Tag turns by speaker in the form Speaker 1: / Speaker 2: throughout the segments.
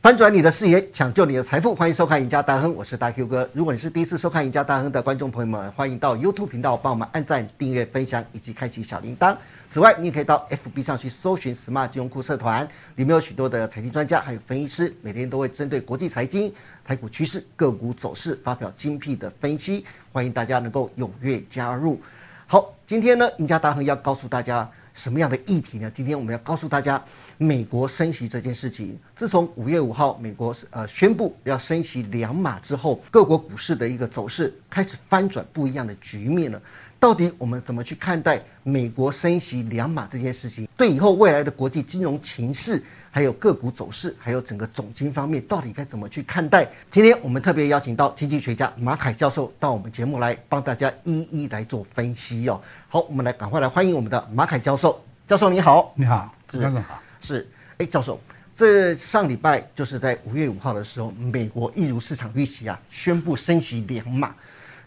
Speaker 1: 翻转你的视野，抢救你的财富，欢迎收看《赢家大亨》，我是大 Q 哥。如果你是第一次收看《赢家大亨》的观众朋友们，欢迎到 YouTube 频道帮我们按赞、订阅、分享以及开启小铃铛。此外，你也可以到 FB 上去搜寻 “Smart 金融库社团”，里面有许多的财经专家还有分析师，每天都会针对国际财经、台股趋势、个股走势发表精辟的分析，欢迎大家能够踊跃加入。好，今天呢，赢家大亨要告诉大家什么样的议题呢？今天我们要告诉大家，美国升息这件事情，自从五月五号美国呃宣布要升息两码之后，各国股市的一个走势开始翻转不一样的局面了。到底我们怎么去看待美国升息两码这件事情？对以后未来的国际金融情势，还有个股走势，还有整个总经方面，到底该怎么去看待？今天我们特别邀请到经济学家马凯教授到我们节目来帮大家一一来做分析哦。好，我们来赶快来欢迎我们的马凯教授。教授你好，
Speaker 2: 你好，主持人好。
Speaker 1: 是，哎，教授，这上礼拜就是在五月五号的时候，美国一如市场预期啊，宣布升息两码。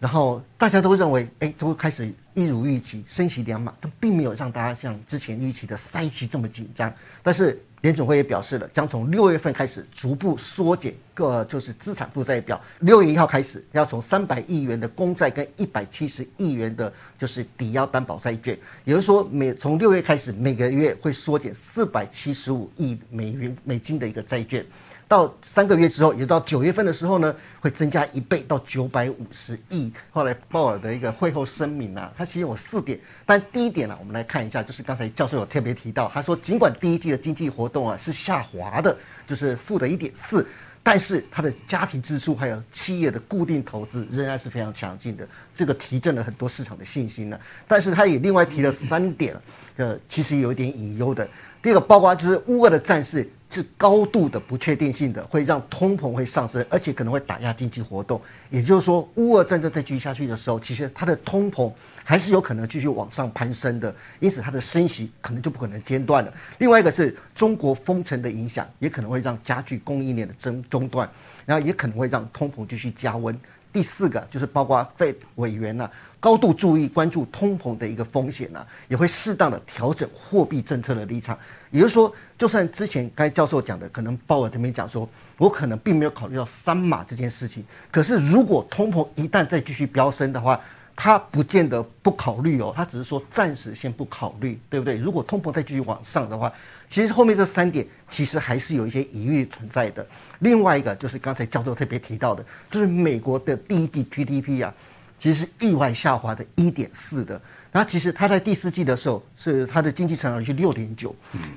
Speaker 1: 然后大家都认为，哎，都开始一如预期升息两码，但并没有让大家像之前预期的三息这么紧张。但是联准会也表示了，将从六月份开始逐步缩减各就是资产负债表，六月一号开始要从三百亿元的公债跟一百七十亿元的就是抵押担保债券，也就是说每从六月开始每个月会缩减四百七十五亿美元美金的一个债券。到三个月之后，也就到九月份的时候呢，会增加一倍到九百五十亿。后来鲍尔的一个会后声明啊，它其实有四点，但第一点呢、啊，我们来看一下，就是刚才教授有特别提到，他说尽管第一季的经济活动啊是下滑的，就是负的一点四，但是它的家庭支出还有企业的固定投资仍然是非常强劲的，这个提振了很多市场的信心呢、啊。但是他也另外提了三点，呃，其实有一点隐忧的。第二个包括就是乌俄的战事。是高度的不确定性的，会让通膨会上升，而且可能会打压经济活动。也就是说，乌俄战争再继续下去的时候，其实它的通膨还是有可能继续往上攀升的，因此它的升息可能就不可能间断了。另外一个是中国封城的影响，也可能会让加剧供应链的中中断，然后也可能会让通膨继续加温。第四个就是包括 Fed 委员呢、啊，高度注意关注通膨的一个风险呢、啊，也会适当的调整货币政策的立场。也就是说，就算之前该教授讲的，可能鲍尔这边讲说，我可能并没有考虑到三码这件事情，可是如果通膨一旦再继续飙升的话，他不见得不考虑哦，他只是说暂时先不考虑，对不对？如果通膨再继续往上的话，其实后面这三点其实还是有一些疑虑存在的。另外一个就是刚才教授特别提到的，就是美国的第一季 GDP 啊，其实意外下滑的一点四的。然后其实它在第四季的时候是它的经济成长率是六点九，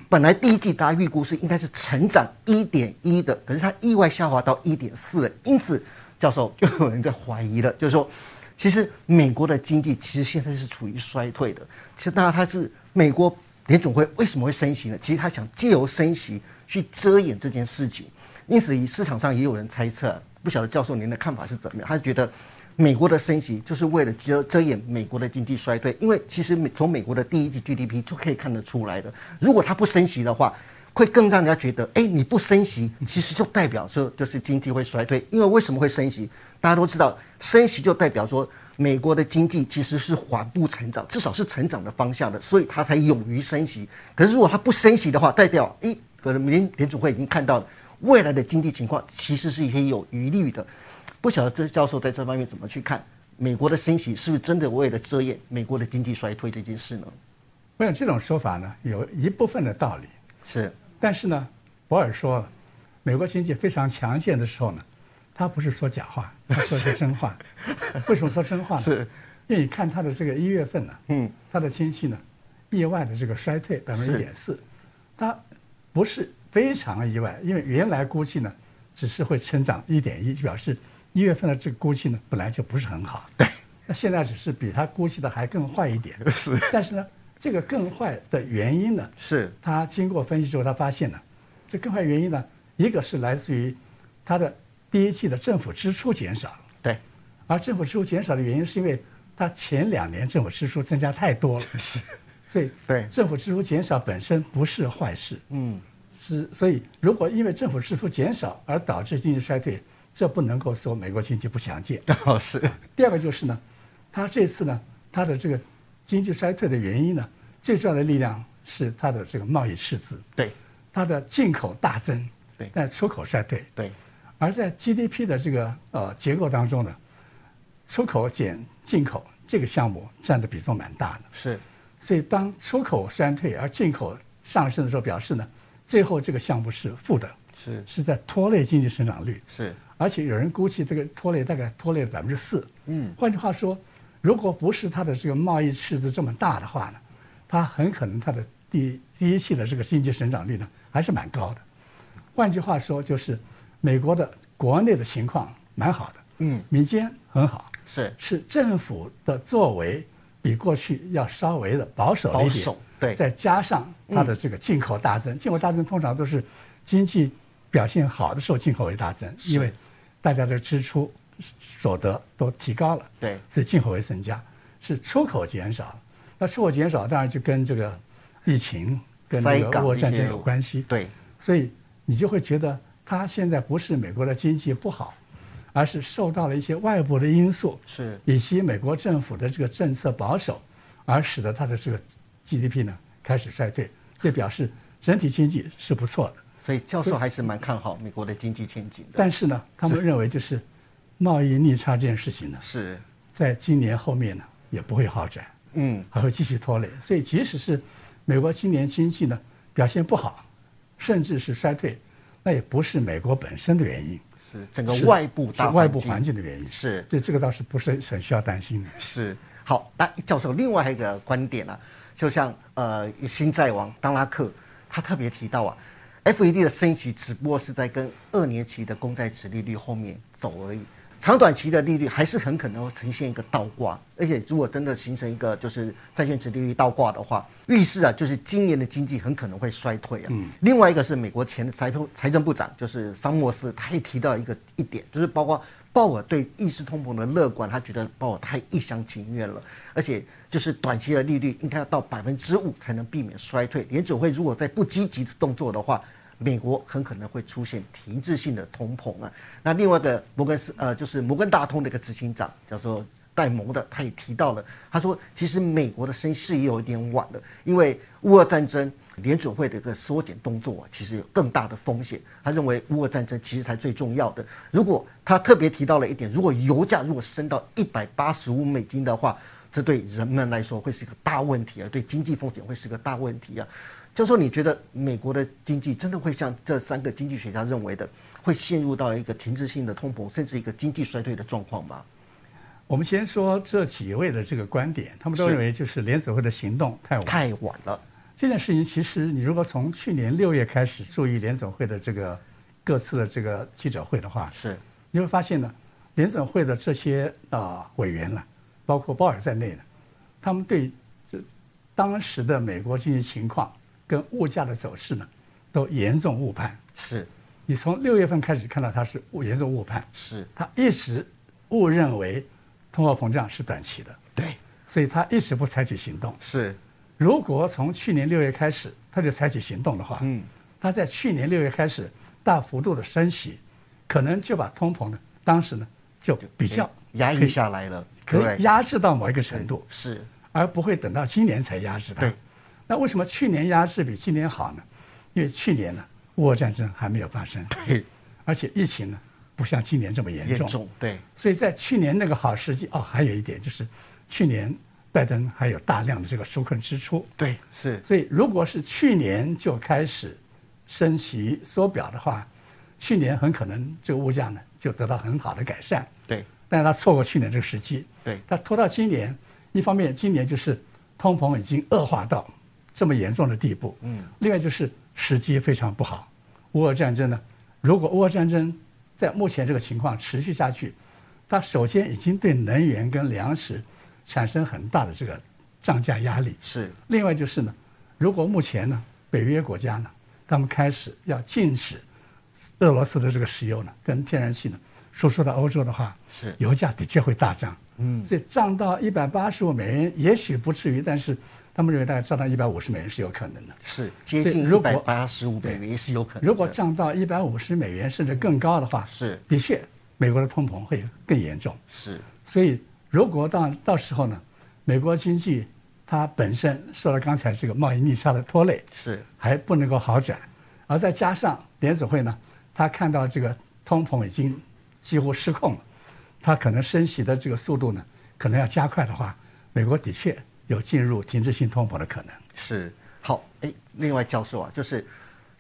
Speaker 1: 本来第一季大家预估是应该是成长一点一的，可是它意外下滑到一点四，因此教授就有人在怀疑了，就是说。其实美国的经济其实现在是处于衰退的。其实，那它是美国联总会为什么会升息呢？其实他想借由升息去遮掩这件事情。因此，市场上也有人猜测，不晓得教授您的看法是怎么样？他觉得美国的升息就是为了遮遮掩美国的经济衰退，因为其实美从美国的第一季 GDP 就可以看得出来的。如果它不升息的话，会更让人家觉得，哎，你不升息，其实就代表说就是经济会衰退。因为为什么会升息？大家都知道，升息就代表说美国的经济其实是缓步成长，至少是成长的方向的，所以它才勇于升息。可是如果它不升息的话，代表，哎，可能联联储会已经看到了未来的经济情况其实是一些有疑虑的。不晓得这教授在这方面怎么去看美国的升息是不是真的为了遮掩美国的经济衰退这件事呢？
Speaker 2: 我想这种说法呢，有一部分的道理
Speaker 1: 是。
Speaker 2: 但是呢，博尔说了，美国经济非常强健的时候呢，他不是说假 话，他说的是真话。为什么说真话呢？
Speaker 1: 是，
Speaker 2: 因为你看他的这个一月份呢，
Speaker 1: 嗯，
Speaker 2: 他的经济呢，意外的这个衰退百分之一点四，他不是非常意外，因为原来估计呢，只是会成长一点一，就表示一月份的这个估计呢，本来就不是很好。
Speaker 1: 对，
Speaker 2: 那现在只是比他估计的还更坏一点。
Speaker 1: 是，
Speaker 2: 但是呢。这个更坏的原因呢，
Speaker 1: 是
Speaker 2: 他经过分析之后，他发现呢，这更坏原因呢，一个是来自于他的第一季的政府支出减少了，
Speaker 1: 对，
Speaker 2: 而政府支出减少的原因是因为他前两年政府支出增加太多了，
Speaker 1: 是，
Speaker 2: 所以
Speaker 1: 对
Speaker 2: 政府支出减少本身不是坏事，
Speaker 1: 嗯，
Speaker 2: 是所以如果因为政府支出减少而导致经济衰退，这不能够说美国经济不强健。
Speaker 1: 哦是，
Speaker 2: 第二个就是呢，他这次呢，他的这个。经济衰退的原因呢，最重要的力量是它的这个贸易赤字，
Speaker 1: 对，
Speaker 2: 它的进口大增，
Speaker 1: 对
Speaker 2: 但出口衰退，
Speaker 1: 对，
Speaker 2: 而在 GDP 的这个呃结构当中呢，出口减进口这个项目占的比重蛮大的。
Speaker 1: 是，
Speaker 2: 所以当出口衰退而进口上升的时候，表示呢，最后这个项目是负的，
Speaker 1: 是，
Speaker 2: 是在拖累经济生长率。
Speaker 1: 是，
Speaker 2: 而且有人估计这个拖累大概拖累百分之四。
Speaker 1: 嗯，
Speaker 2: 换句话说，如果不是它的这个贸易赤字这么大的话呢，它很可能它的第一第一期的这个经济增长率呢还是蛮高的。换句话说，就是美国的国内的情况蛮好的，
Speaker 1: 嗯，
Speaker 2: 民间很好，
Speaker 1: 是
Speaker 2: 是政府的作为比过去要稍微的保守了一
Speaker 1: 保
Speaker 2: 点
Speaker 1: 守，对嗯
Speaker 2: 再加上它的这个进口大增，进口大增通常都是经济表现好的时候进口为大增，因为大家的支出所得都提高了，
Speaker 1: 对
Speaker 2: 所以进口为增加，是出口减少了，那出口减少当然就跟这个疫情跟这
Speaker 1: 塞
Speaker 2: 个
Speaker 1: 港
Speaker 2: 俄乌
Speaker 1: 这
Speaker 2: 战
Speaker 1: 些
Speaker 2: 争有关系，
Speaker 1: 对，
Speaker 2: 所以你就会觉得它现在不是美国的经济不好，而是受到了一些外部的因素，
Speaker 1: 是
Speaker 2: 以及美国政府的这个政策保守，而使得它的这个 GDP 呢开始衰退，这表示整体经济是不错的。
Speaker 1: 所以教授还是蛮看好美国的经济前景的。
Speaker 2: 但是呢，他们认为就是贸易逆差这件事情呢，
Speaker 1: 是，
Speaker 2: 在今年后面呢也不会好转，
Speaker 1: 嗯，
Speaker 2: 还会继续拖累。所以即使是美国今年经济呢表现不好，甚至是衰退，那也不是美国本身的原因，
Speaker 1: 是整个
Speaker 2: 是
Speaker 1: 外部
Speaker 2: 是
Speaker 1: 大
Speaker 2: 外部环境的原因。
Speaker 1: 是
Speaker 2: 所以这个倒是不是很需要担心的。
Speaker 1: 是好，那教授另外还有一个观点啊，就像呃新债王当拉克他特别提到啊，FED 的升息只不过是在跟二年期的公债持利率后面走而已，长短期的利率还是很可能会呈现一个倒挂，而且如果真的形成一个就是债券持利率倒挂的话，预示啊就是今年的经济很可能会衰退啊。另外一个是美国前财政财政部长就是桑莫斯，他也提到一个一点，就是包括。鲍尔对意识通膨的乐观，他觉得鲍尔太一厢情愿了，而且就是短期的利率应该要到百分之五才能避免衰退。联准会如果再不积极的动作的话，美国很可能会出现停滞性的通膨啊。那另外的摩根斯呃，就是摩根大通的一个执行长叫做戴蒙的，他也提到了，他说其实美国的升息也有一点晚了，因为乌俄战争。联准会的一个缩减动作、啊，其实有更大的风险。他认为乌俄战争其实才最重要的。如果他特别提到了一点，如果油价如果升到一百八十五美金的话，这对人们来说会是一个大问题啊，对经济风险会是个大问题啊。教授，你觉得美国的经济真的会像这三个经济学家认为的，会陷入到一个停滞性的通膨，甚至一个经济衰退的状况吗？
Speaker 2: 我们先说这几位的这个观点，他们都
Speaker 1: 是
Speaker 2: 认为就是联储会的行动太晚。
Speaker 1: 太晚了，
Speaker 2: 这件事情其实你如果从去年六月开始注意联总会的这个各次的这个记者会的话，
Speaker 1: 是
Speaker 2: 你会发现呢，联总会的这些啊、委员呢，包括鲍尔在内的，他们对这当时的美国经济情况跟物价的走势呢，都严重误判。
Speaker 1: 是
Speaker 2: 你从六月份开始看到它是误严重误判，
Speaker 1: 是，
Speaker 2: 他一直误认为通货膨胀是短期的，
Speaker 1: 对，
Speaker 2: 所以他一直不采取行动。
Speaker 1: 是
Speaker 2: 如果从去年六月开始他就采取行动的话，
Speaker 1: 嗯，
Speaker 2: 他在去年六月开始大幅度的升息，可能就把通膨呢，当时呢就比较
Speaker 1: 哎压抑下来了，对不
Speaker 2: 可
Speaker 1: 对
Speaker 2: 以压制到某一个程度，
Speaker 1: 是
Speaker 2: 而不会等到今年才压制它
Speaker 1: 对。
Speaker 2: 那为什么去年压制比今年好呢？因为去年呢，乌俄战争还没有发生，
Speaker 1: 对
Speaker 2: 而且疫情呢不像今年这么严
Speaker 1: 严
Speaker 2: 重，
Speaker 1: 重对
Speaker 2: 所以在去年那个好时机哦，还有一点就是，去年拜登还有大量的这个纾困支出，
Speaker 1: 对是
Speaker 2: 所以如果是去年就开始升息缩表的话，去年很可能这个物价呢就得到很好的改善，
Speaker 1: 对
Speaker 2: 但是他错过去年这个时机，
Speaker 1: 对
Speaker 2: 他拖到今年，一方面今年就是通膨已经恶化到这么严重的地步，
Speaker 1: 嗯，
Speaker 2: 另外就是时机非常不好。乌俄战争呢，如果乌俄战争在目前这个情况持续下去，它首先已经对能源跟粮食产生很大的这个涨价压力。
Speaker 1: 是
Speaker 2: 另外就是呢，如果目前呢，北约国家呢，他们开始要禁止俄罗斯的这个石油呢跟天然气呢输出到欧洲的话，
Speaker 1: 是
Speaker 2: 油价的确会大涨。
Speaker 1: 嗯
Speaker 2: 所以涨到一百八十五美元，也许不至于，但是他们认为大概涨到一百五十美元是有可能的。
Speaker 1: 是接近
Speaker 2: 所以
Speaker 1: 一
Speaker 2: 如果
Speaker 1: 百八十五美元也是有可能的。
Speaker 2: 如果涨到一百五十美元甚至更高的话，
Speaker 1: 是
Speaker 2: 的确美国的通膨会更严重。
Speaker 1: 是
Speaker 2: 所以如果到到时候呢，美国经济它本身受到刚才这个贸易逆差的拖累，
Speaker 1: 是
Speaker 2: 还不能够好转，而再加上联总会呢，他看到这个通膨已经几乎失控了，他可能升息的这个速度呢，可能要加快的话，美国的确有进入停滞性通膨的可能。
Speaker 1: 是好，哎，另外教授啊，就是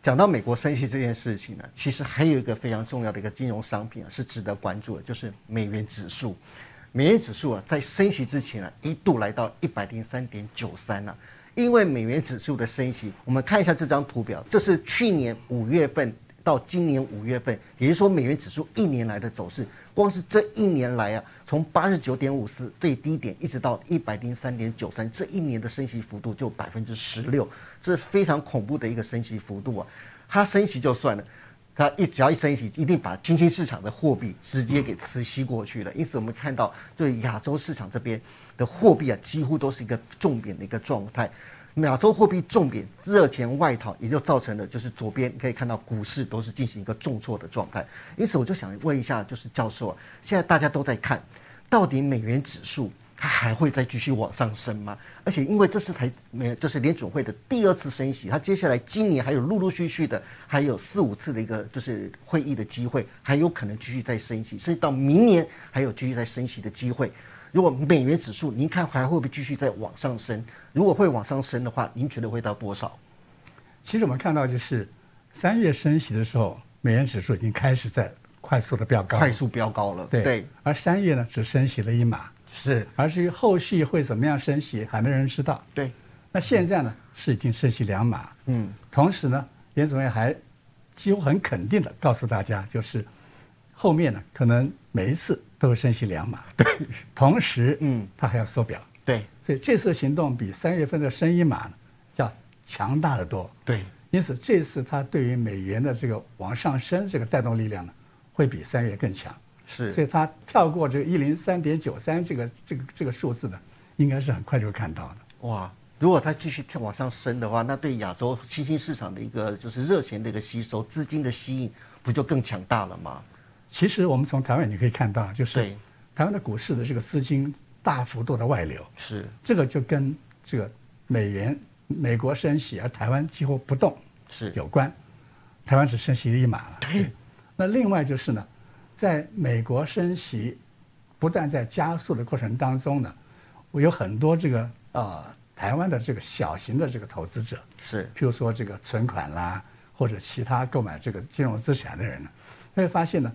Speaker 1: 讲到美国升息这件事情呢、其实还有一个非常重要的一个金融商品啊，是值得关注的，就是美元指数。美元指数啊，在升息之前啊，一度来到一百零三点九三啊。因为美元指数的升息，我们看一下这张图表，这是去年五月份到今年五月份，也就是说美元指数一年来的走势。光是这一年来啊，从八十九点五四最低点一直到一百零三点九三，这一年的升息幅度就百分之十六，这是非常恐怖的一个升息幅度啊！它升息就算了。它一只要一升息，一定把新兴市场的货币直接给磁吸过去了。因此，我们看到对亚洲市场这边的货币啊，几乎都是一个重贬的一个状态。亚洲货币重贬，热钱外逃，也就造成了就是左边可以看到股市都是进行一个重挫的状态。因此，我就想问一下，就是教授啊，现在大家都在看，到底美元指数它还会再继续往上升吗？而且因为这是才没有，就是联准会的第二次升息，它接下来今年还有陆陆续续的还有四五次的一个就是会议的机会，还有可能继续再升息，甚至到明年还有继续再升息的机会。如果美元指数您看还会不会继续再往上升？如果会往上升的话，您觉得会到多少？
Speaker 2: 其实我们看到，就是三月升息的时候，美元指数已经开始在快速的飙高，
Speaker 1: 快速飙高了，
Speaker 2: 对，而三月呢，只升息了一码，
Speaker 1: 是，
Speaker 2: 而至于后续会怎么样升息，还没人知道。
Speaker 1: 对，
Speaker 2: 那现在呢，是已经升息两码，
Speaker 1: 嗯，
Speaker 2: 同时呢，联总会还几乎很肯定的告诉大家，就是后面呢，可能每一次都会升息两码，对，同时，
Speaker 1: 嗯，
Speaker 2: 它还要缩表，
Speaker 1: 对，
Speaker 2: 所以这次行动比三月份的升一码呢要强大的多，
Speaker 1: 对，
Speaker 2: 因此这次它对于美元的这个往上升这个带动力量呢，会比三月更强，所
Speaker 1: 是，
Speaker 2: 以它跳过这个一零三点九三这个这个这个数字呢，应该是很快就会看到的。
Speaker 1: 哇！如果它继续跳往上升的话，那对亚洲新兴市场的一个就是热钱的一个吸收、资金的吸引，不就更强大了吗？
Speaker 2: 其实我们从台湾你可以看到，就是
Speaker 1: 对
Speaker 2: 台湾的股市的这个资金大幅度的外流，
Speaker 1: 是，
Speaker 2: 这个就跟这个美元美国升息，而台湾几乎不动
Speaker 1: 是
Speaker 2: 有关。台湾只升息一码了。对。那另外就是呢，在美国升息不断在加速的过程当中呢，我有很多这个呃台湾的这个小型的这个投资者，
Speaker 1: 是，
Speaker 2: 譬如说这个存款啦，或者其他购买这个金融资产的人呢，他会发现呢，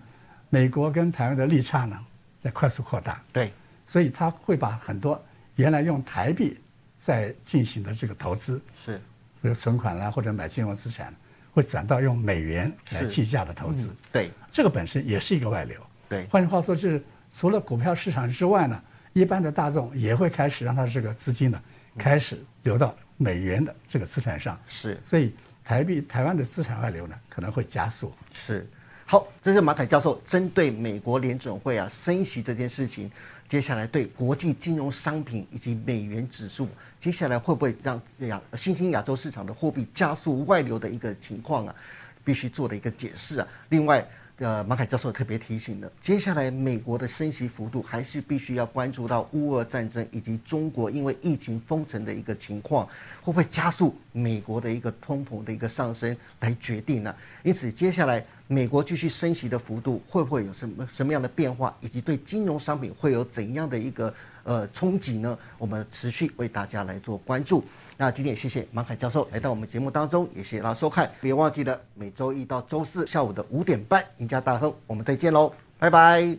Speaker 2: 美国跟台湾的利差呢在快速扩大，
Speaker 1: 对，
Speaker 2: 所以他会把很多原来用台币在进行的这个投资，
Speaker 1: 是，
Speaker 2: 比如存款啦或者买金融资产，会转到用美元来
Speaker 1: 是
Speaker 2: 计价的投资。
Speaker 1: 对，
Speaker 2: 这个本身也是一个外流。
Speaker 1: 嗯对
Speaker 2: 换句话说，就是除了股票市场之外呢，一般的大众也会开始让他这个资金呢开始流到美元的这个资产上。
Speaker 1: 嗯是。
Speaker 2: 所以台币台湾的资产外流呢可能会加速。
Speaker 1: 是，好，这是马凯教授针对美国联准会啊升息这件事情，接下来对国际金融商品以及美元指数，接下来会不会让亚新兴亚洲市场的货币加速外流的一个情况啊，必须做的一个解释啊。另外，呃，马凯教授特别提醒了，接下来美国的升息幅度还是必须要关注到乌俄战争以及中国因为疫情封城的一个情况，会不会加速美国的一个通膨的一个上升来决定呢、因此，接下来美国继续升息的幅度会不会有什么什么样的变化，以及对金融商品会有怎样的一个呃冲击呢？我们持续为大家来做关注。那今天也谢谢马凯教授来到我们节目当中，也谢谢大家收看。别忘记了每周一到周四下午的五点半，赢家大亨，我们再见喽，拜拜。